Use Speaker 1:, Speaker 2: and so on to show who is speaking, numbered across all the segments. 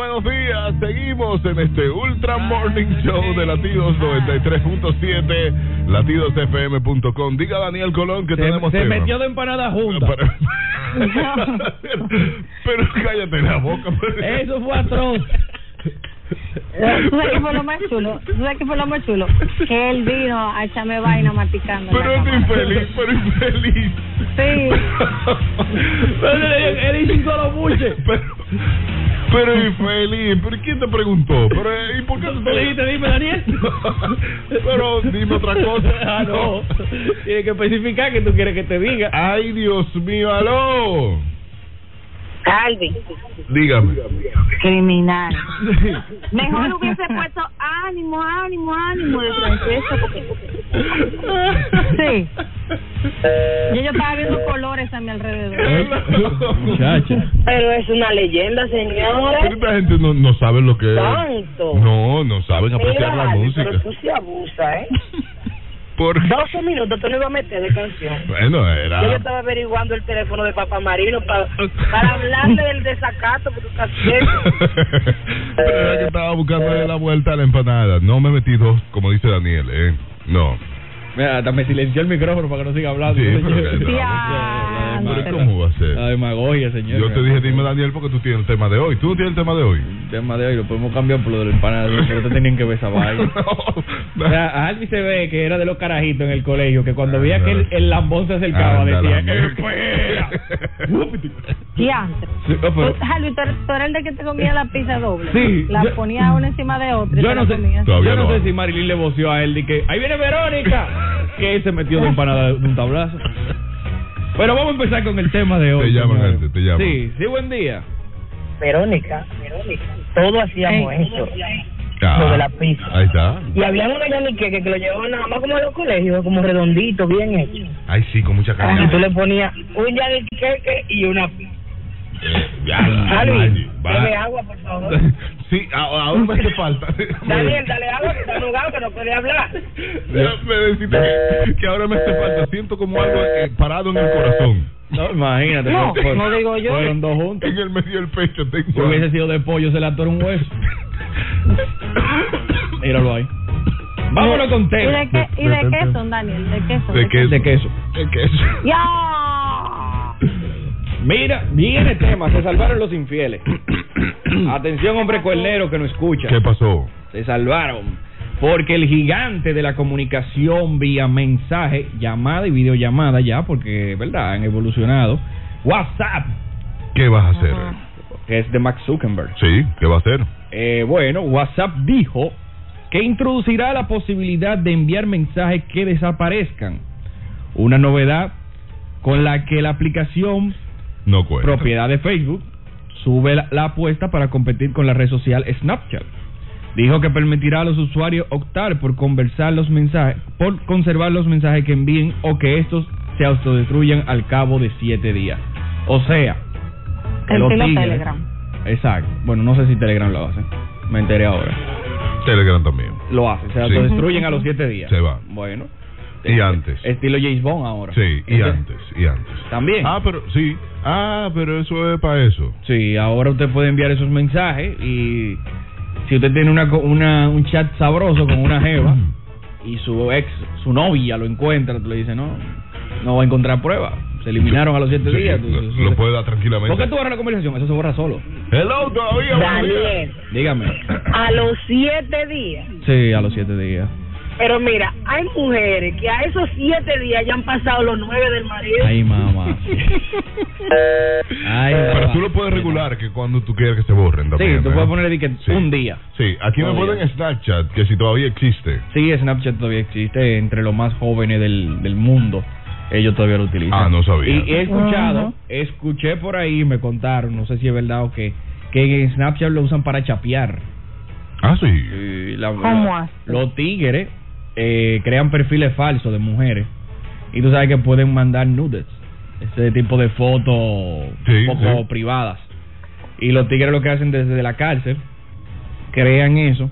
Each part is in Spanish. Speaker 1: buenos días. Seguimos en este Ultra Morning Show de Latidos 93.7, latidosfm.com. Diga Daniel Colón que
Speaker 2: Se,
Speaker 1: tenemos
Speaker 2: se
Speaker 1: tema.
Speaker 2: metió de empanada junta.
Speaker 1: Pero, pero cállate la boca. pero-
Speaker 2: Eso fue atroz.
Speaker 3: ¿Tú sabes qué fue lo más chulo? ¿Tú sabes qué fue lo más chulo? Que él vino a echarme vaina masticando. en la
Speaker 1: Pero es
Speaker 3: cámara.
Speaker 1: infeliz, pero infeliz.
Speaker 3: Sí.
Speaker 2: Pero él- él hizo un solo buche.
Speaker 1: Pero, pero infeliz, pero ¿quién te preguntó? Pero, ¿y por qué
Speaker 2: Tú
Speaker 1: te
Speaker 2: le dijiste, dime, Daniel.
Speaker 1: Pero dime otra cosa.
Speaker 2: Ah, no. Tienes que especificar que tú quieres que te diga.
Speaker 1: Ay, Dios mío, aló.
Speaker 3: Calvin,
Speaker 1: Dígame.
Speaker 3: criminal. Mejor hubiese puesto ánimo, ánimo, ánimo de Francesco. Porque... Sí. Yo, yo estaba viendo colores a mi alrededor.
Speaker 2: Muchacha.
Speaker 4: Pero es una leyenda,
Speaker 1: Pero
Speaker 4: señora.
Speaker 1: esta gente no, no sabe lo que es.
Speaker 4: Tanto.
Speaker 1: No, no saben apreciar
Speaker 4: Mira,
Speaker 1: la
Speaker 4: Ale,
Speaker 1: música.
Speaker 4: Pero tú se abusa, ¿eh?
Speaker 1: Por...
Speaker 4: 12 minutos tú no ibas a meter de canción.
Speaker 1: Bueno,
Speaker 4: Yo ya
Speaker 1: era.
Speaker 4: estaba averiguando el teléfono de Papá Marino para, para hablarle del desacato que tú estás haciendo.
Speaker 1: Pero era que estaba buscando la vuelta a la empanada. No me metí dos, como dice Daniel, ¿eh? No.
Speaker 2: Mira, hasta me silenció el micrófono para que no siga hablando.
Speaker 1: Sí,
Speaker 2: señor.
Speaker 1: pero que-
Speaker 3: Ya,
Speaker 1: Pero ¿cómo va a ser?
Speaker 2: La demagogia, señor.
Speaker 1: Yo te dije, dime Daniel, porque tú tienes el tema de hoy. ¿Tú no tienes el tema de hoy?
Speaker 2: El tema de hoy lo podemos cambiar por lo del empanada, pero te tenían que ver esa vaina.
Speaker 1: No.
Speaker 2: O sea, a Albi se ve que era de los carajitos en el colegio, que cuando veía que el, el lambón se acercaba,
Speaker 1: Ah, Anda,
Speaker 2: decía,
Speaker 1: la
Speaker 2: ¡Espera!
Speaker 3: Diantre.
Speaker 2: Sí, no, pero-
Speaker 4: Pues,
Speaker 3: Tú, Javi, tú eres- tú eres el de que te comía la pizza doble.
Speaker 2: Sí,
Speaker 3: La
Speaker 2: yo-
Speaker 3: ponía una encima de otra. y
Speaker 2: yo
Speaker 3: te
Speaker 2: no
Speaker 3: la
Speaker 2: sé,
Speaker 3: comías.
Speaker 1: Todavía
Speaker 2: yo no
Speaker 1: no.
Speaker 2: sé si Marilyn le voció a él de que ¡Ahí viene Verónica! que se metió de empanada de un tablazo. Pero vamos a empezar con el tema de hoy.
Speaker 1: Te llaman
Speaker 2: señores.
Speaker 1: antes, te llaman.
Speaker 2: Sí, sí, buen día.
Speaker 4: Verónica, todo hacíamos eso. Lo de la pizza.
Speaker 1: Ah, Ahí está.
Speaker 4: Y había uno que, que, que lo llevaban nada más como a los colegios, como redondito, bien hecho.
Speaker 1: Ay, sí, con mucha
Speaker 4: Y Ah, tú
Speaker 1: carne.
Speaker 4: le ponías un yaniqueque y una pizza.
Speaker 1: Eh, ya,
Speaker 4: Alvin,
Speaker 1: va.
Speaker 4: dame agua, por favor.
Speaker 1: Sí, a- aún me hace falta.
Speaker 4: Daniel, dale agua, que está anugado, que no puede hablar.
Speaker 1: Déjame decirte que, que ahora me hace falta. Siento como algo eh, parado en el corazón.
Speaker 2: No, imagínate.
Speaker 3: No,
Speaker 2: fue-
Speaker 3: no digo yo.
Speaker 2: Fueron dos juntos.
Speaker 1: En el medio del pecho
Speaker 2: Si
Speaker 1: tengo.
Speaker 2: hubiese sido de pollo, se le atoró un hueso. Míralo ahí. Vámonos con
Speaker 3: ¿Y
Speaker 2: tema.
Speaker 3: de qué, y de qué son, Daniel? ¿De qué son?
Speaker 1: De queso.
Speaker 2: De queso.
Speaker 1: De queso.
Speaker 3: ¡Ya!
Speaker 2: Mira, viene tema. Se salvaron los infieles.
Speaker 4: Ah,
Speaker 2: Atención, hombre cuernero que no escucha.
Speaker 1: ¿Qué pasó?
Speaker 2: Se salvaron. Porque el gigante de la comunicación vía mensaje, llamada y videollamada ya, porque, ¿verdad? Han evolucionado. WhatsApp,
Speaker 1: ¿Qué vas a hacer?
Speaker 2: que es de Max Zuckerberg.
Speaker 1: Sí, ¿qué va a hacer?
Speaker 2: Eh, bueno, WhatsApp dijo que introducirá la posibilidad de enviar mensajes que desaparezcan. Una novedad con la que la aplicación
Speaker 1: No cuenta.
Speaker 2: propiedad de Facebook, sube la, la apuesta para competir con la red social Snapchat. Dijo que permitirá a los usuarios optar por conversar los mensajes, por conservar los mensajes que envíen o que estos se autodestruyan al cabo de siete días. O sea, que
Speaker 3: El
Speaker 2: los
Speaker 3: estilo
Speaker 2: tigres-
Speaker 3: Telegram.
Speaker 2: Exacto. Bueno, no sé si Telegram lo hace. Me enteré ahora.
Speaker 1: Telegram también.
Speaker 2: Lo hace. Se
Speaker 1: Sí.
Speaker 2: autodestruyen a los siete días.
Speaker 1: Se va.
Speaker 2: Bueno.
Speaker 1: Y antes.
Speaker 2: Estilo James Bond ahora.
Speaker 1: Sí, y
Speaker 2: Ese-
Speaker 1: antes, y antes.
Speaker 2: También.
Speaker 1: Ah, pero sí. Ah, pero eso es para eso.
Speaker 2: Sí, ahora usted puede enviar esos mensajes y si usted tiene una, co- una un chat sabroso con una jeva y su ex, su novia lo encuentra, tú le dices, no, no va a encontrar prueba. Se eliminaron a los siete
Speaker 1: Sí,
Speaker 2: días.
Speaker 1: Lo, lo puede dar tranquilamente.
Speaker 2: ¿Por qué tú borras la conversación? Eso se borra solo.
Speaker 1: Hello, todavía. buenos días.
Speaker 4: Daniel,
Speaker 2: Dígame.
Speaker 4: a los siete días.
Speaker 2: Sí, a los siete días.
Speaker 4: Pero mira, hay mujeres que a esos siete días ya han pasado los nueve del marido.
Speaker 2: Ay, mamá. Ay,
Speaker 1: Pero
Speaker 2: mamá.
Speaker 1: tú lo puedes regular que cuando tú quieras que se borren
Speaker 2: Sí,
Speaker 1: también.
Speaker 2: tú
Speaker 1: ¿eh?
Speaker 2: puedes ponerle de que
Speaker 1: Sí.
Speaker 2: un día.
Speaker 1: Sí, aquí me
Speaker 2: Todavía.
Speaker 1: ponen Snapchat, que si todavía existe.
Speaker 2: Sí, Snapchat todavía existe entre los más jóvenes del, del mundo. Ellos todavía lo utilizan.
Speaker 1: Ah, no sabía.
Speaker 2: Y he escuchado, escuché por ahí, me contaron, no sé si es verdad o qué, que en Snapchat lo usan para chapear.
Speaker 1: Ah, sí.
Speaker 2: Y la-
Speaker 3: ¿Cómo
Speaker 2: la-
Speaker 3: así?
Speaker 2: Los tigres eh, crean perfiles falsos de mujeres. Y tú sabes que pueden mandar nudes. Ese tipo de fotos
Speaker 1: Sí,
Speaker 2: un poco
Speaker 1: sí.
Speaker 2: privadas. Y los tigres lo que hacen desde la cárcel, crean eso,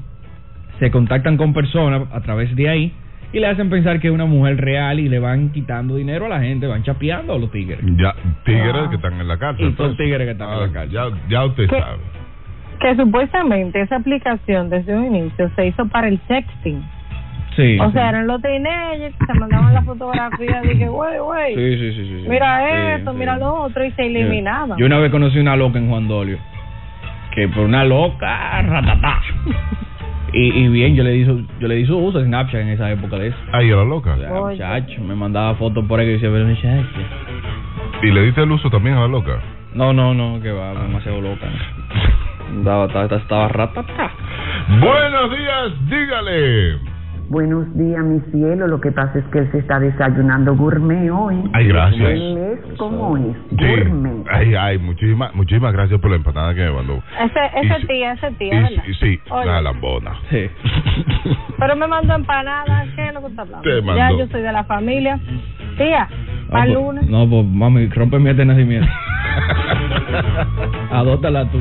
Speaker 2: se contactan con personas a través de ahí y le hacen pensar que es una mujer real y le van quitando dinero a la gente, van chapeando a los
Speaker 1: Mm.
Speaker 2: tigres.
Speaker 1: Ya, tigres que están en la cárcel.
Speaker 2: Y son tigres que están en la
Speaker 1: Ah,
Speaker 2: cárcel.
Speaker 1: Ya, ya usted
Speaker 3: ¿Qué?
Speaker 1: sabe.
Speaker 3: que supuestamente esa aplicación desde un inicio se hizo para el sexting.
Speaker 2: Sí.
Speaker 3: o
Speaker 2: sí.
Speaker 3: sea, eran los teenagers que se mandaban la fotografía de que, güey, güey,
Speaker 2: Sí, sí, sí, sí, sí.
Speaker 3: mira
Speaker 2: Sí,
Speaker 3: esto,
Speaker 2: sí.
Speaker 3: mira lo otro, y se eliminaban.
Speaker 2: Yo una vez conocí una loca en Juan Dolio. Que por una loca, ratatá. Y, y bien, yo le di su, yo le di su uso a Snapchat en esa época de eso.
Speaker 1: Ahí era loca.
Speaker 2: O sea,
Speaker 3: Oye.
Speaker 2: muchacho, me mandaba fotos por ahí que decía, pero muchacho.
Speaker 1: Y le diste el uso también a la loca.
Speaker 2: No, no, no, que
Speaker 3: Ah.
Speaker 2: va, demasiado loca. Estaba, estaba, estaba ratatá.
Speaker 1: Buenos días, dígale.
Speaker 5: Buenos días, mi cielo. Lo que pasa es que él se está desayunando gourmet hoy.
Speaker 1: Ay, gracias.
Speaker 5: Él es como es,
Speaker 1: Sí.
Speaker 5: gourmet.
Speaker 1: Ay, ay, muchísimas, muchísimas gracias por la empanada que me mandó.
Speaker 3: Ese,
Speaker 1: Y-
Speaker 3: ese tía, ese tía, ¿verdad?
Speaker 1: Y, y- sí,
Speaker 3: Oye,
Speaker 1: la lambona.
Speaker 2: Sí.
Speaker 3: Pero me mandó empanadas, ¿qué es lo que está hablando?
Speaker 1: Te mandó.
Speaker 3: Ya, yo soy de la familia. Tía, para
Speaker 2: No, pues-
Speaker 3: lunes.
Speaker 2: No, pues mami, rompe mi este nacimiento. Adóptala tú.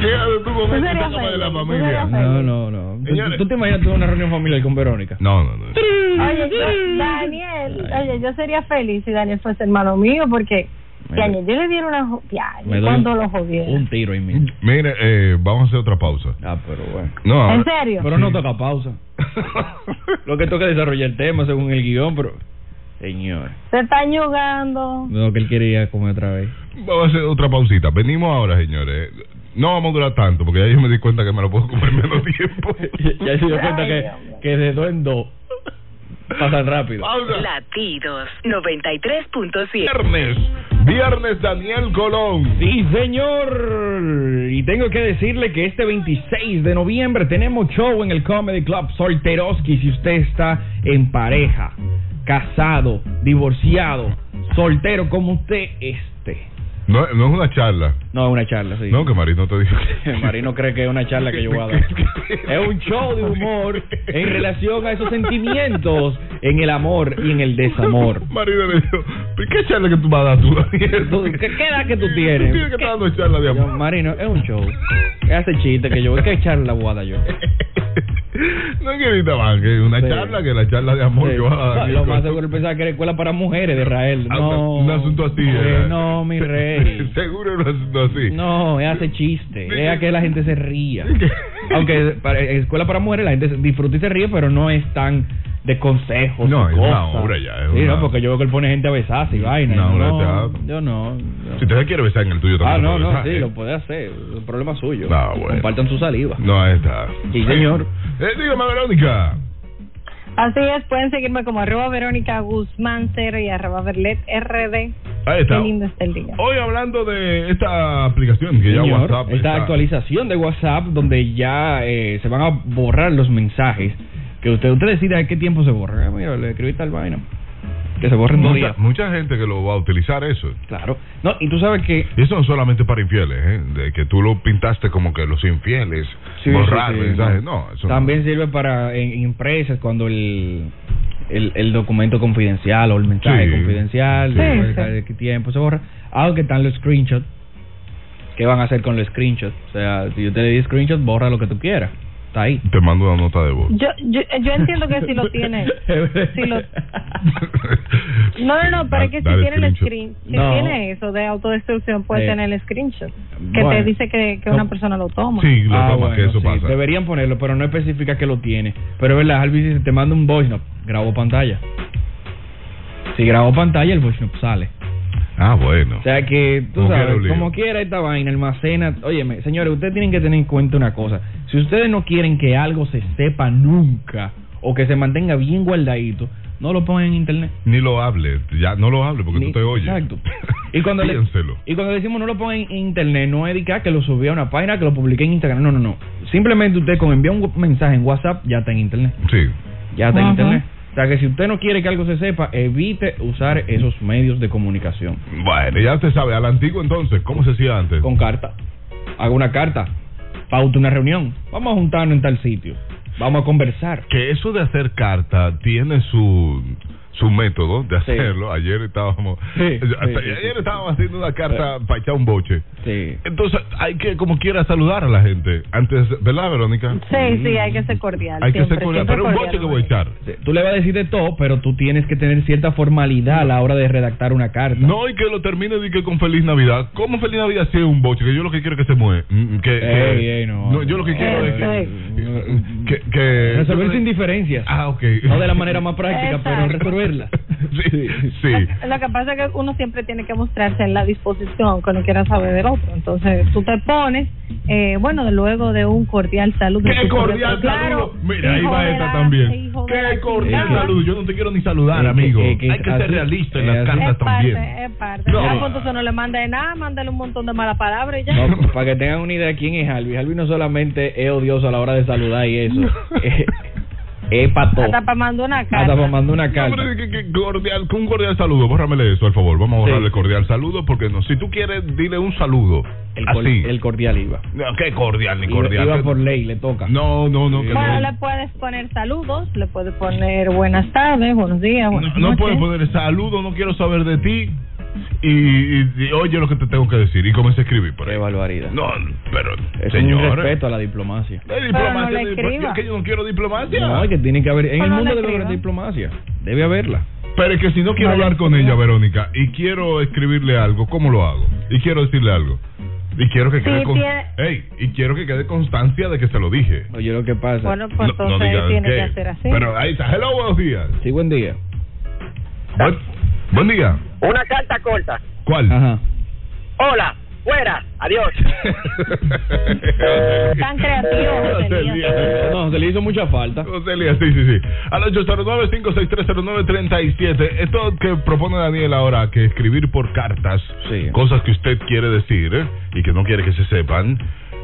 Speaker 1: Quédate tú con
Speaker 3: Tú
Speaker 1: este
Speaker 3: serías
Speaker 1: tema de la
Speaker 3: feliz, tú
Speaker 1: familia.
Speaker 3: serías
Speaker 2: No, no, no. ¿Tú,
Speaker 1: Señores.
Speaker 2: tú te imaginas tú en una reunión familiar con Verónica?
Speaker 1: No, no, no.
Speaker 3: Oye, yo- Daniel, oye, yo sería feliz si Daniel fuese hermano mío, porque
Speaker 2: Mira.
Speaker 3: Daniel, yo le diera una. jo- Ya,
Speaker 2: Me doy
Speaker 3: cuando lo jodiera.
Speaker 2: Un tiro ahí mismo.
Speaker 1: Mire, eh, vamos a hacer otra pausa.
Speaker 2: Ah, pero bueno.
Speaker 1: No,
Speaker 3: ¿En
Speaker 1: ahora-
Speaker 3: serio?
Speaker 2: Pero no toca pausa. Lo que toca es desarrollar el tema según el guión, pero... Señor.
Speaker 3: Se están jugando.
Speaker 2: No, que él quería comer otra vez.
Speaker 1: Vamos a hacer otra pausita. Venimos ahora, señores. No vamos a durar tanto, porque ya yo me di cuenta que me lo puedo comer en menos tiempo.
Speaker 2: ya se dio cuenta
Speaker 3: Ay,
Speaker 2: que,
Speaker 3: Dios mío.
Speaker 2: que de dos en dos pasan rápido.
Speaker 1: Pausa.
Speaker 6: Latidos 93.7.
Speaker 1: Viernes. Viernes, Daniel Colón.
Speaker 2: Sí, señor. Y tengo que decirle que este 26 de noviembre tenemos show en el Comedy Club Solteroski. Si usted está en pareja, casado, divorciado, soltero como usted este.
Speaker 1: No, no es una charla.
Speaker 2: No, es una charla, sí.
Speaker 1: No, que Marino te dijo.
Speaker 2: Marino cree que es una charla que yo voy a dar. Es un show de humor en relación a esos sentimientos en el amor y en el desamor.
Speaker 1: Marino le dijo, "¿Pero ¿qué charla que tú vas a dar tú,
Speaker 2: Tú,
Speaker 1: Daniel?
Speaker 2: ¿Qué, qué edad que tú tienes?
Speaker 1: Tú tienes que estar dando charla de
Speaker 2: Yo,
Speaker 1: amor.
Speaker 2: Marino, es un show. Hace chiste que yo voy a charla guada yo.
Speaker 1: no es que ahorita van, que es una
Speaker 2: Sí.
Speaker 1: charla, que la charla de amor
Speaker 2: Sí.
Speaker 1: que vas a dar.
Speaker 2: No, Lo más seguro pensaba que era escuela para mujeres de Israel.
Speaker 1: Ah,
Speaker 2: No,
Speaker 1: un asunto así.
Speaker 2: Sí,
Speaker 1: ¿verdad?
Speaker 2: no, mi rey.
Speaker 1: Seguro era un asunto así.
Speaker 2: No, es hace chiste. Es a que la gente se ría.
Speaker 1: ¿Qué?
Speaker 2: Aunque para, en escuela para mujeres la gente se disfruta y se ríe, pero no es tan de consejos.
Speaker 1: No,
Speaker 2: y
Speaker 1: es una
Speaker 2: cosas.
Speaker 1: obra ya, es
Speaker 2: Sí,
Speaker 1: una-
Speaker 2: no, porque yo veo que él pone gente a besarse y vaina.
Speaker 1: Una obra
Speaker 2: no,
Speaker 1: de teatro.
Speaker 2: yo no. yo-
Speaker 1: Si usted se quiere besar en el tuyo
Speaker 2: Ah,
Speaker 1: también.
Speaker 2: no,
Speaker 1: lo puede
Speaker 2: no,
Speaker 1: besar,
Speaker 2: sí,
Speaker 1: ¿eh?
Speaker 2: lo puede hacer. El problema es suyo.
Speaker 1: Ah, bueno.
Speaker 2: Compartan su saliva.
Speaker 1: No, ahí está.
Speaker 2: Sí, señor.
Speaker 1: Eh, dígame, Verónica.
Speaker 3: Así es, pueden seguirme como arroba Verónica Guzmán Cero y arroba Berlet RD.
Speaker 1: Ahí está.
Speaker 3: Qué lindo está el día.
Speaker 1: Hoy hablando de esta aplicación que ya
Speaker 2: Señor,
Speaker 1: WhatsApp.
Speaker 2: esta
Speaker 1: está-
Speaker 2: actualización de WhatsApp donde ya eh, se van a borrar los mensajes que usted usted decida a qué tiempo se borra. Ah, mira, le escribí tal vaina. Que se borren dos
Speaker 1: Mucha,
Speaker 2: días.
Speaker 1: mucha gente que lo va a utilizar eso.
Speaker 2: Claro. No, y tú sabes que
Speaker 1: Y eso no solamente para infieles, ¿eh? De que tú lo pintaste como que los infieles
Speaker 2: Sí,
Speaker 1: borrar
Speaker 2: sí, sí,
Speaker 1: mensajes.
Speaker 2: no.
Speaker 1: No, eso no.
Speaker 2: También sirve para en, en empresas cuando el, el, el documento confidencial o el mensaje
Speaker 1: Sí.
Speaker 2: confidencial,
Speaker 1: Sí,
Speaker 2: después de
Speaker 3: sí.
Speaker 2: cada qué tiempo se borra. Aunque están los screenshots. ¿Qué van a hacer con los screenshots? O sea, si yo te le di screenshot, borra lo que tú quieras. Está ahí.
Speaker 1: Te mando una nota de voz.
Speaker 3: Yo, yo, yo entiendo que si lo tiene. si lo, no, no, no, pero es que si
Speaker 1: Ah, Dale
Speaker 3: tiene el
Speaker 1: screenshot.
Speaker 3: screen, si
Speaker 2: No.
Speaker 3: tiene eso de autodestrucción, puede
Speaker 2: Eh.
Speaker 3: tener el screenshot. Que
Speaker 2: Bueno.
Speaker 3: te dice que, que
Speaker 2: No.
Speaker 3: una persona lo toma.
Speaker 1: Sí, lo
Speaker 2: Ah,
Speaker 1: toma, que
Speaker 2: bueno,
Speaker 1: eso
Speaker 2: sí,
Speaker 1: pasa.
Speaker 2: Deberían ponerlo, pero no especifica que lo tiene. Pero es verdad, Alvis dice, te manda un voice note, grabó pantalla. Si grabó pantalla, el voice note sale.
Speaker 1: Ah, bueno.
Speaker 2: O sea que, tú
Speaker 1: Como quiera,
Speaker 2: sabes,
Speaker 1: un lío.
Speaker 2: como quiera esta vaina, almacena. Óyeme, señores, ustedes tienen que tener en cuenta una cosa. Si ustedes no quieren que algo se sepa nunca o que se mantenga bien guardadito, no lo pongan en internet.
Speaker 1: Ni lo hable, ya no lo hable porque
Speaker 2: Ni-
Speaker 1: tú te oyes.
Speaker 2: Exacto. Y cuando, le,
Speaker 1: Piénselo.
Speaker 2: y cuando decimos no lo pongan en internet, no es de que, ah, que lo subí a una página, que lo publiqué en Instagram. No, no, no. Simplemente usted con enviar un mensaje en WhatsApp ya está en internet.
Speaker 1: Sí.
Speaker 2: Ya está en
Speaker 3: Ajá.
Speaker 2: internet. O sea que si usted no quiere que algo se sepa, evite usar esos medios de comunicación.
Speaker 1: Bueno, ya usted sabe, al antiguo entonces, ¿cómo se hacía antes?
Speaker 2: con carta. Hago una carta, pauta una reunión, vamos a juntarnos en tal sitio, vamos a conversar.
Speaker 1: Que eso de hacer carta tiene su su método de
Speaker 2: Sí.
Speaker 1: hacerlo. Ayer estábamos
Speaker 2: Sí, sí,
Speaker 1: hasta-
Speaker 2: sí,
Speaker 1: ayer
Speaker 2: sí, sí.
Speaker 1: estábamos haciendo una carta para echar un boche.
Speaker 2: Sí.
Speaker 1: Entonces hay que como quiera saludar a la gente antes, ¿verdad, Verónica?
Speaker 3: Sí, sí, hay que ser cordial.
Speaker 1: Hay que
Speaker 3: siempre,
Speaker 1: ser cordial,
Speaker 3: siempre
Speaker 1: pero es un boche
Speaker 3: cordial,
Speaker 1: que voy a echar.
Speaker 2: Sí, Tú le vas a decir de todo, pero tú tienes que tener cierta formalidad a la hora de redactar una carta.
Speaker 1: No, y que lo termine de que con Feliz Navidad. ¿Cómo Feliz Navidad si es un boche? Que yo lo que quiero es que se mueve. Mm, Que, que-
Speaker 2: Ey, ey, Eh, no.
Speaker 1: yo lo que quiero es
Speaker 3: Ey,
Speaker 1: que... que, que-
Speaker 2: Resolver sin diferencias.
Speaker 1: eh, Ah, ok.
Speaker 2: No de la manera más práctica,
Speaker 3: Exacto.
Speaker 2: pero resolverla.
Speaker 1: sí, sí.
Speaker 3: Lo- Lo que pasa es que uno siempre tiene que mostrarse en la disposición cuando quiera saber del otro. Entonces, tú te pones, eh, bueno, de luego de un cordial saludo.
Speaker 1: ¡Qué cordial saludo! Mira, ahí va esta también. ¡Qué cordial
Speaker 2: chingada.
Speaker 1: saludo! Yo no te quiero ni saludar,
Speaker 2: Eh,
Speaker 1: amigo.
Speaker 2: que- que-
Speaker 1: Hay que ser
Speaker 2: así-
Speaker 1: realista en
Speaker 2: eh,
Speaker 1: las
Speaker 2: así-
Speaker 1: cartas
Speaker 3: Es
Speaker 1: también.
Speaker 3: parte, es parte.
Speaker 1: No.
Speaker 3: No. entonces no le manda de nada, mándale un montón de malas palabras y ya.
Speaker 2: No, para que tengan una idea de quién es Albi. Albi no solamente es odioso a la hora de saludar y eso. Es, es pato.
Speaker 3: Hasta para mandar una
Speaker 2: Hasta para
Speaker 3: carta.
Speaker 2: mandar una
Speaker 1: No,
Speaker 2: carta.
Speaker 1: hombre, que- que cordial, que un cordial saludo, bórramele eso, al favor. Vamos a
Speaker 2: Sí.
Speaker 1: borrarle cordial saludo, porque no, si tú quieres, dile un saludo.
Speaker 2: El, cor-
Speaker 1: así.
Speaker 2: el cordial iba.
Speaker 1: No, qué cordial, ni
Speaker 2: Iba-
Speaker 1: cordial.
Speaker 2: Iba por ley, le toca.
Speaker 1: No, no, no. que
Speaker 3: Bueno,
Speaker 1: no.
Speaker 3: le puedes poner saludos, le puedes poner buenas tardes, buenos días,
Speaker 1: No,
Speaker 3: buenas
Speaker 1: no
Speaker 3: noches.
Speaker 1: puedes poner saludo, no quiero saber de ti. Y, y- y oye lo que te tengo que decir. Y comencé a escribir por
Speaker 2: Qué
Speaker 1: ahí.
Speaker 2: barbaridad.
Speaker 1: No, pero,
Speaker 2: es un
Speaker 1: señor.
Speaker 2: respeto a la diplomacia.
Speaker 1: La diplomacia,
Speaker 3: no le
Speaker 1: la diplomacia,
Speaker 3: escriba.
Speaker 1: es que yo no quiero diplomacia.
Speaker 2: No, es que tiene que haber. En
Speaker 3: Pero
Speaker 2: el
Speaker 3: no
Speaker 2: mundo
Speaker 3: le
Speaker 2: debe haber
Speaker 3: escriba.
Speaker 2: diplomacia. Debe haberla.
Speaker 1: Pero es que si no quiero hablar con ella, Verónica, y quiero escribirle algo, ¿cómo lo hago? Y quiero decirle algo. Y quiero que quede,
Speaker 3: Sí,
Speaker 1: con-
Speaker 3: tiene-
Speaker 1: Ey, y quiero que quede constancia de que se lo dije.
Speaker 2: Oye, lo que pasa.
Speaker 3: Bueno, pues
Speaker 1: No- no
Speaker 3: entonces
Speaker 1: diga
Speaker 3: tiene
Speaker 1: qué.
Speaker 3: que hacer así.
Speaker 1: Pero ahí está. Hello, buenos días.
Speaker 2: Sí, buen día.
Speaker 1: Buen, buen día.
Speaker 4: Una carta corta.
Speaker 1: ¿Cuál?
Speaker 2: Ajá.
Speaker 4: Hola, fuera, adiós.
Speaker 3: Tan creativo, José Elías.
Speaker 1: Elías.
Speaker 2: Eh, No, se le hizo mucha falta.
Speaker 1: José Elías, sí, sí, sí. Al 809-56309-37. Esto que propone Daniel ahora, que escribir por cartas,
Speaker 2: Sí.
Speaker 1: cosas que usted quiere decir eh, y que no quiere que se sepan,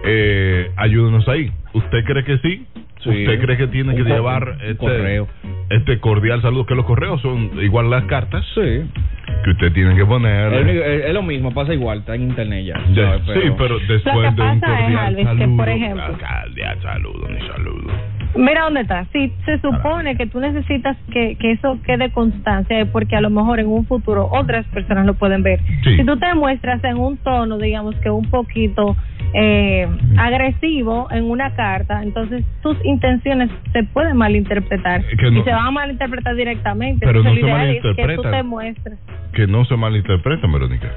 Speaker 1: eh, ayúdenos ahí. ¿Usted cree que sí?
Speaker 2: Sí.
Speaker 1: ¿Usted cree que tiene
Speaker 2: Un
Speaker 1: que
Speaker 2: co-
Speaker 1: llevar
Speaker 2: un
Speaker 1: este,
Speaker 2: correo.
Speaker 1: este cordial saludo? Que los correos son igual las cartas
Speaker 2: Sí.
Speaker 1: que usted tiene que poner.
Speaker 2: Es, único- es- es lo mismo, pasa igual, está en internet ya.
Speaker 1: Ya,
Speaker 2: ¿sabes?
Speaker 1: sí, pero
Speaker 3: Lo
Speaker 1: después
Speaker 3: que
Speaker 1: de un
Speaker 3: pasa es,
Speaker 1: cordial
Speaker 3: Alves, que,
Speaker 1: saludo.
Speaker 3: por ejemplo-
Speaker 1: Ah, Cordial saludo, mi saludo.
Speaker 3: Mira dónde está. Si
Speaker 1: Ah.
Speaker 3: se supone que tú necesitas que, que eso quede constancia, es porque a lo mejor en un futuro otras personas lo pueden ver.
Speaker 1: Sí.
Speaker 3: Si tú te muestras en un tono, digamos que un poquito eh, agresivo en una carta, entonces tus intenciones se pueden malinterpretar
Speaker 1: Eh, que no-
Speaker 3: y se van a malinterpretar directamente.
Speaker 1: Pero
Speaker 3: Entonces,
Speaker 1: no
Speaker 3: lo
Speaker 1: se
Speaker 3: ideal es que tú
Speaker 1: malinterpretan.
Speaker 3: te muestres.
Speaker 1: Que no se malinterpreten, Verónica.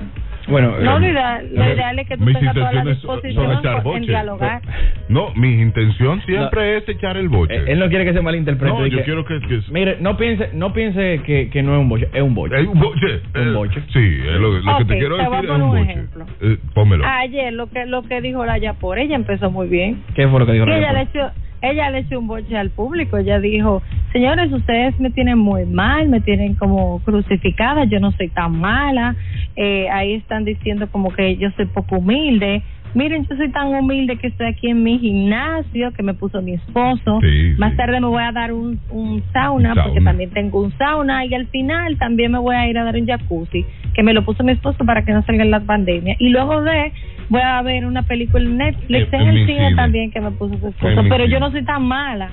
Speaker 2: Bueno,
Speaker 3: No,
Speaker 2: eh,
Speaker 3: lo ideal, lo ideal es que tú
Speaker 1: Mis
Speaker 3: tengas toda la
Speaker 1: intenciones son
Speaker 3: disposición
Speaker 1: echar
Speaker 3: por- en
Speaker 1: boche.
Speaker 3: dialogar.
Speaker 1: No, mi intención siempre es echar el boche.
Speaker 2: eh, él no quiere que se malinterprete.
Speaker 1: No,
Speaker 2: y
Speaker 1: yo
Speaker 2: que-
Speaker 1: quiero que... que-
Speaker 2: Mire, no piense, no piense que, que no es un boche, es un boche.
Speaker 1: Hay un boche.
Speaker 2: Un
Speaker 1: Eh,
Speaker 2: boche.
Speaker 1: Sí, es lo, lo que te
Speaker 3: Ok,
Speaker 1: quiero
Speaker 3: te voy a
Speaker 1: decir es un
Speaker 3: poner un
Speaker 1: boche.
Speaker 3: ejemplo.
Speaker 1: Eh, pónmelo.
Speaker 3: Ayer lo que lo que dijo la por ella empezó muy bien.
Speaker 2: ¿Qué fue lo que dijo
Speaker 3: Y
Speaker 2: la
Speaker 3: ella le
Speaker 2: doctora?
Speaker 3: echó, ella le echó un boche al público. Ella dijo, señores, ustedes me tienen muy mal, me tienen como crucificada, yo no soy tan mala. Eh, ahí están diciendo como que yo soy poco humilde. Miren, yo soy tan humilde que estoy aquí en mi gimnasio que me puso mi esposo.
Speaker 1: Sí,
Speaker 3: Más
Speaker 1: sí.
Speaker 3: tarde me voy a dar un, un sauna,
Speaker 1: Un
Speaker 3: porque
Speaker 1: sauna.
Speaker 3: también tengo un sauna. Y al final también me voy a ir a dar un jacuzzi que me lo puso mi esposo para que no salga la pandemia. Y luego de, voy a ver una película en
Speaker 2: Eh,
Speaker 3: Netflix
Speaker 1: En-
Speaker 3: en,
Speaker 1: en mi
Speaker 3: el cine
Speaker 1: cine.
Speaker 3: también que me puso su
Speaker 1: En
Speaker 3: esposo.
Speaker 1: mi
Speaker 3: Pero
Speaker 1: cine.
Speaker 3: yo no soy tan mala.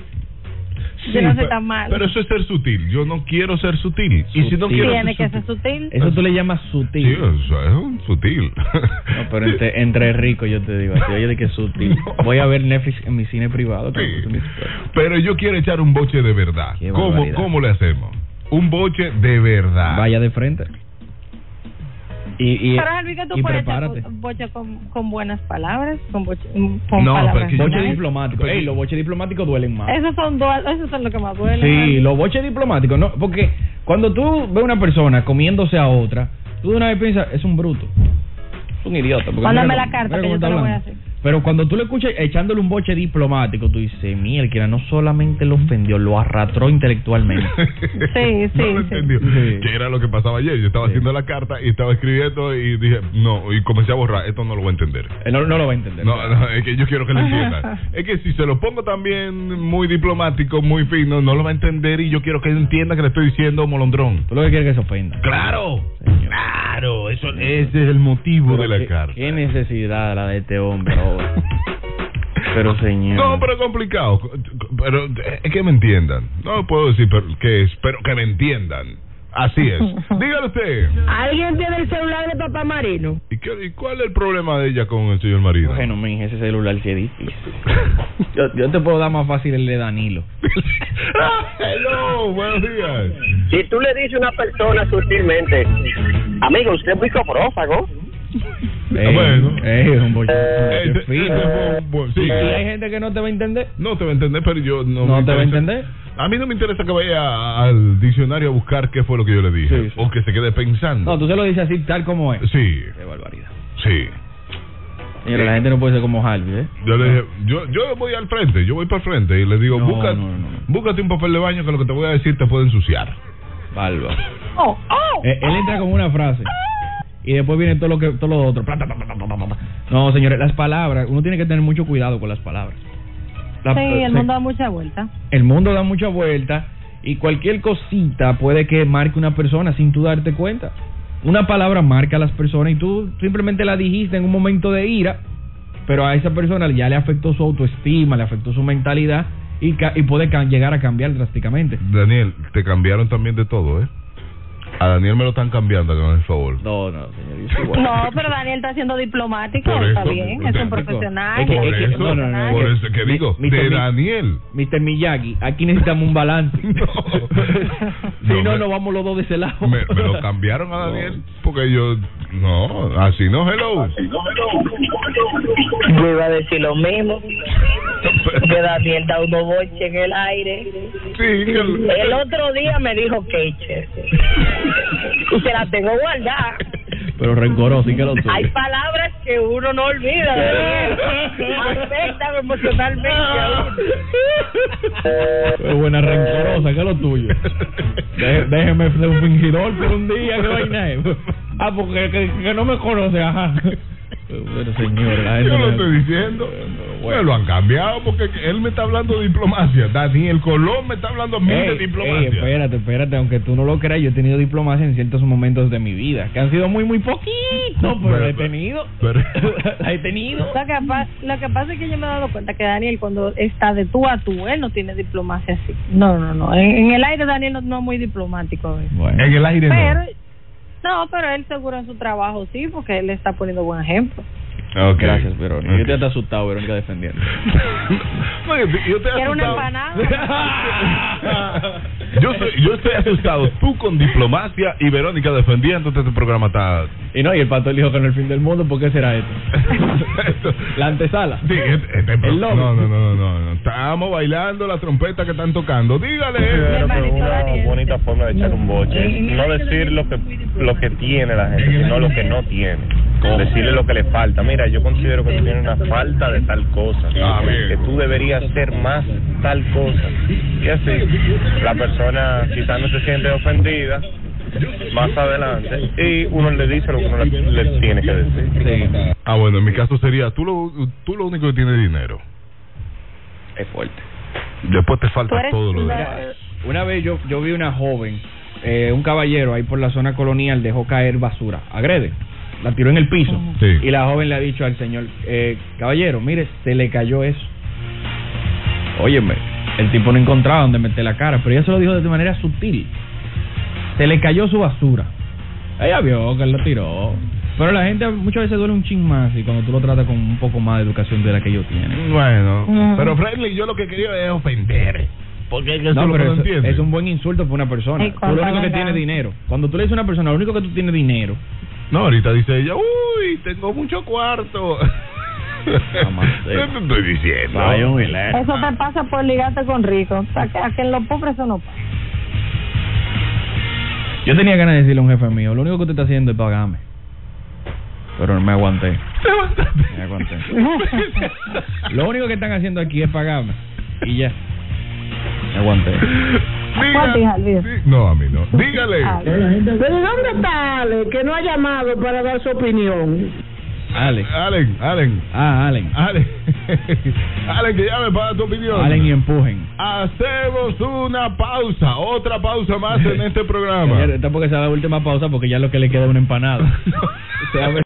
Speaker 1: Sí,
Speaker 3: yo no soy
Speaker 1: pero-
Speaker 3: tan mala.
Speaker 1: Pero eso es ser sutil. Yo no quiero ser sutil. Y si no
Speaker 2: Sutil.
Speaker 1: quiero
Speaker 3: Tiene que
Speaker 1: ser
Speaker 3: ser
Speaker 1: sutil...
Speaker 3: sutil.
Speaker 2: Eso tú le llamas sutil.
Speaker 1: Sí, eso es un sutil.
Speaker 2: No, pero entre, entre rico yo te digo, a ti, oye, de que sutil.
Speaker 1: No.
Speaker 2: Voy a ver Netflix en mi cine privado. que me gusta
Speaker 1: Sí.
Speaker 2: mi-
Speaker 1: Pero yo quiero echar un boche de verdad.
Speaker 2: Qué
Speaker 1: ¿Cómo,
Speaker 2: barbaridad.
Speaker 1: ¿Cómo le hacemos? Un boche de verdad.
Speaker 2: Vaya de frente. Y, y,
Speaker 3: Pero Albi, que tú
Speaker 2: y
Speaker 3: puedes
Speaker 2: prepárate.
Speaker 3: echar bo- boche con, con buenas palabras, con, boche, con
Speaker 1: No,
Speaker 3: palabras.
Speaker 1: porque yo-
Speaker 2: Boche
Speaker 1: Ay.
Speaker 3: nice.
Speaker 2: diplomático.
Speaker 1: Pero-
Speaker 2: Ey, los boches diplomáticos duelen más.
Speaker 3: Esos son, dual- esos son los que más duelen.
Speaker 2: Sí,
Speaker 3: Albi.
Speaker 2: los boches diplomáticos, no, porque cuando tú ves una persona comiéndose a otra, tú de una vez piensas, es un bruto, es un idiota. porque
Speaker 3: Mándame
Speaker 2: mira
Speaker 3: la
Speaker 2: cómo-
Speaker 3: carta,
Speaker 2: mira
Speaker 3: que
Speaker 2: cómo
Speaker 3: yo
Speaker 2: está
Speaker 3: te la voy a
Speaker 2: hablando.
Speaker 3: hacer.
Speaker 2: Pero cuando tú le escuchas echándole un boche diplomático, tú dices, mierda, no solamente lo ofendió, lo arrastró intelectualmente.
Speaker 3: Sí, sí,
Speaker 1: no lo
Speaker 3: sí.
Speaker 1: entendió.
Speaker 2: Sí.
Speaker 1: Que era lo que pasaba ayer. Yo estaba
Speaker 2: Sí.
Speaker 1: haciendo la carta y estaba escribiendo y dije, no, y comencé a borrar. Esto no lo voy a entender.
Speaker 2: Él Eh, no, no lo va a entender.
Speaker 1: No, no, es que yo quiero que lo entienda. Es que si se lo pongo también muy diplomático, muy fino, no lo va a entender y yo quiero que él entienda que le estoy diciendo molondrón.
Speaker 2: Tú lo que quieres es que se ofenda.
Speaker 1: Claro,
Speaker 2: Señor.
Speaker 1: claro, eso, ese es el motivo
Speaker 2: Pero
Speaker 1: de la
Speaker 2: qué-
Speaker 1: carta.
Speaker 2: Qué necesidad la de este hombre ahora. Pero señor.
Speaker 1: No, pero es complicado. Pero es que me entiendan. No puedo decir pero- que espero que me entiendan. Así es. Dígale usted.
Speaker 4: ¿Alguien tiene el celular de papá Marino?
Speaker 1: ¿Y, qué- y cuál es el problema de ella con el señor Marino?
Speaker 2: Bueno, mi ese celular sí es difícil. Yo, yo te puedo dar más fácil el de Danilo.
Speaker 1: Ah, Hello, buenos días.
Speaker 7: Si tú le dices a una persona sutilmente, amigo, usted es muy coprófago,
Speaker 1: Ah, bueno.
Speaker 2: Ey, es un bollón.
Speaker 1: Eh,
Speaker 2: Qué
Speaker 1: te-
Speaker 2: fino.
Speaker 1: eh, bu- sí.
Speaker 2: Y hay gente que no te va a entender.
Speaker 1: No te va a entender, pero yo no.
Speaker 2: No
Speaker 1: me
Speaker 2: te va a
Speaker 1: interesa.
Speaker 2: entender.
Speaker 1: A mí no me interesa que vaya al diccionario a buscar qué fue lo que yo le dije.
Speaker 2: Sí, sí.
Speaker 1: O que se quede pensando.
Speaker 2: No, tú se lo dices así tal como es.
Speaker 1: Sí,
Speaker 2: Qué barbaridad.
Speaker 1: sí.
Speaker 2: Mira, la gente no puede ser como Harvey, ¿eh?
Speaker 1: Yo le dije, yo, yo voy al frente, yo voy para el frente y le digo,
Speaker 2: No,
Speaker 1: busca-
Speaker 2: no, no, no.
Speaker 1: búscate un papel de baño que lo que te voy a decir te puede ensuciar.
Speaker 2: Bárbaro.
Speaker 3: Oh,
Speaker 2: Eh, él entra con una frase y después viene todo lo que todo lo otro. Pla, ta, ta, ta, ta, ta, ta, ta. No, señores, las palabras, uno tiene que tener mucho cuidado con las palabras. La-
Speaker 3: Sí, el
Speaker 2: se-
Speaker 3: mundo da mucha vuelta.
Speaker 2: el mundo da mucha vuelta y cualquier cosita puede que marque una persona sin tú darte cuenta. Una palabra marca a las personas y tú simplemente la dijiste en un momento de ira, pero a esa persona ya le afectó su autoestima, le afectó su mentalidad y, ca- y puede ca- llegar a cambiar drásticamente.
Speaker 1: Daniel, te cambiaron también de todo, ¿eh? A Daniel me lo están cambiando, con el favor.
Speaker 2: No, no, señor. yo soy bueno.
Speaker 3: No, pero Daniel está siendo diplomático,
Speaker 1: Por
Speaker 3: está
Speaker 1: eso,
Speaker 3: bien, es un
Speaker 1: por
Speaker 3: profesional.
Speaker 2: Es que-
Speaker 1: Por
Speaker 2: es que-
Speaker 1: eso,
Speaker 2: no, no, no,
Speaker 1: por
Speaker 2: es que-
Speaker 1: eso que digo,
Speaker 2: mi- mi-
Speaker 1: de
Speaker 2: mi-
Speaker 1: Daniel.
Speaker 2: Mr. Miyagi, aquí necesitamos un balance.
Speaker 1: No.
Speaker 2: si
Speaker 1: No,
Speaker 2: no,
Speaker 1: me-
Speaker 2: nos vamos los dos de ese lado.
Speaker 1: Me, me lo cambiaron a Daniel porque yo, no, así no, hello.
Speaker 4: Yo iba a decir lo mismo. Que Daniel da uno boche en el aire.
Speaker 1: Sí, que el-
Speaker 4: El otro día me dijo queche. Y se la tengo guardada.
Speaker 2: Pero rencoroso, sí que lo
Speaker 4: Hay
Speaker 2: tuve.
Speaker 4: palabras que uno no olvida. Daniel. Afectan emocionalmente a uno.
Speaker 2: Pero buena rencorosa, que es lo tuyo. Dé- déjeme ser un fingidor por un día, que vaina es. Ah, porque que, que no me conoce, ajá. Pero señor, la gente
Speaker 1: Yo lo
Speaker 2: no-
Speaker 1: estoy diciendo.
Speaker 2: bueno.
Speaker 1: Me lo han cambiado porque él me está hablando de diplomacia. Daniel Colón me está hablando a mí de
Speaker 2: Ey, ey,
Speaker 1: diplomacia.
Speaker 2: espérate, espérate, aunque tú no lo creas, yo he tenido diplomacia en ciertos momentos de mi vida, que han sido muy, muy poquitos, pero
Speaker 1: Pero-
Speaker 2: la he tenido.
Speaker 1: pero-
Speaker 2: La he tenido.
Speaker 3: Lo que, pa- lo que pasa es que yo me he dado cuenta que Daniel cuando está de tú a tú, él no tiene diplomacia así. No, no, no. En, en el aire Daniel no, no es muy diplomático. ¿ves?
Speaker 2: Bueno,
Speaker 1: En el aire
Speaker 3: Pero,
Speaker 1: no.
Speaker 3: no, pero él seguro en su trabajo sí, porque él le está poniendo buen ejemplo.
Speaker 1: Ok.
Speaker 2: gracias, Verónica. Yo te
Speaker 1: Ok.
Speaker 2: hasta asustado, Verónica, defendiendo.
Speaker 1: No, yo te- yo te he
Speaker 3: Quiero una
Speaker 1: asustado.
Speaker 3: empanada.
Speaker 1: Yo, soy- yo estoy asustado. Tú con diplomacia y Verónica defendiéndote. Este programa está.
Speaker 2: Y no, y el pato dijo que no es el fin del mundo, ¿por qué será esto? La antesala.
Speaker 1: Sí, este- este-
Speaker 2: El
Speaker 1: no,
Speaker 2: lobby.
Speaker 1: no, no, no, no, no. Estamos bailando la trompeta que están tocando. Dígale.
Speaker 3: Me
Speaker 8: Pero que es
Speaker 3: pareció
Speaker 8: una
Speaker 3: Daniel.
Speaker 8: bonita forma de echar un boche. No decir lo que lo que tiene la gente, sino lo que no tiene. Decirle lo que le falta. Mira, yo considero que tú tienes una falta de tal cosa.
Speaker 1: Ah, bien.
Speaker 8: Que tú deberías ser más tal cosa. Y así, la persona quizás no se siente ofendida más adelante y uno le dice lo que uno le, le tiene que decir.
Speaker 1: Ah, bueno, en mi caso sería: tú lo, tú lo único que tienes es dinero.
Speaker 2: Es fuerte.
Speaker 1: Después te falta
Speaker 3: Tú eres
Speaker 1: todo lo
Speaker 3: una-
Speaker 1: demás.
Speaker 2: eh, Una vez yo, yo vi una joven, eh, un caballero ahí por la zona colonial dejó caer basura, agrede, la tiró en el piso.
Speaker 1: Sí.
Speaker 2: Y la joven le ha dicho al señor, eh, caballero, mire, se le cayó eso. Óyeme, el tipo no encontraba dónde meter la cara, pero ella se lo dijo de manera sutil. Se le cayó su basura. Ella vio que él la tiró. Pero la gente muchas veces duele un chin más y cuando tú lo tratas con un poco más de educación de la que ellos tienen.
Speaker 1: Bueno,
Speaker 3: Mm.
Speaker 1: pero Friendly, yo lo que quería es ofender. Porque es que eso
Speaker 2: No,
Speaker 1: lo
Speaker 2: pero
Speaker 1: que
Speaker 2: eso-
Speaker 1: entiende.
Speaker 2: es un buen insulto para una persona.
Speaker 3: Ay,
Speaker 2: Tú lo único que
Speaker 3: cuánta
Speaker 2: tienes
Speaker 3: maldad.
Speaker 2: dinero. Cuando tú le dices a una persona, lo único que tú tienes dinero.
Speaker 1: No, ahorita dice ella, uy, tengo mucho cuarto.
Speaker 2: Mamá, sí.
Speaker 1: ¿Qué te estoy diciendo?
Speaker 3: Eso te pasa por ligarte con ricos. A que, a que en los pobres eso no pasa.
Speaker 2: Yo tenía ganas de decirle a un jefe mío, lo único que usted está haciendo es pagarme. Pero no me aguanté. Me aguanté. lo único que están haciendo aquí es pagarme. Y ya. Me aguanté.
Speaker 3: Cuánto, hija, olvida.
Speaker 1: Dígale, sí, no, a mí no.
Speaker 3: Ah,
Speaker 1: Dígale.
Speaker 4: Pero ¿y ¿dónde está Ale que no ha llamado para dar su opinión?
Speaker 2: Allen.
Speaker 1: Allen, Allen,
Speaker 2: Ah, Allen.
Speaker 1: Allen. Allen, que llame para tu opinión.
Speaker 2: Allen y empujen.
Speaker 1: Hacemos una pausa, otra pausa más en este programa.
Speaker 2: Señor, Esta porque sea la última pausa porque ya lo que le queda es una empanada. Se abre-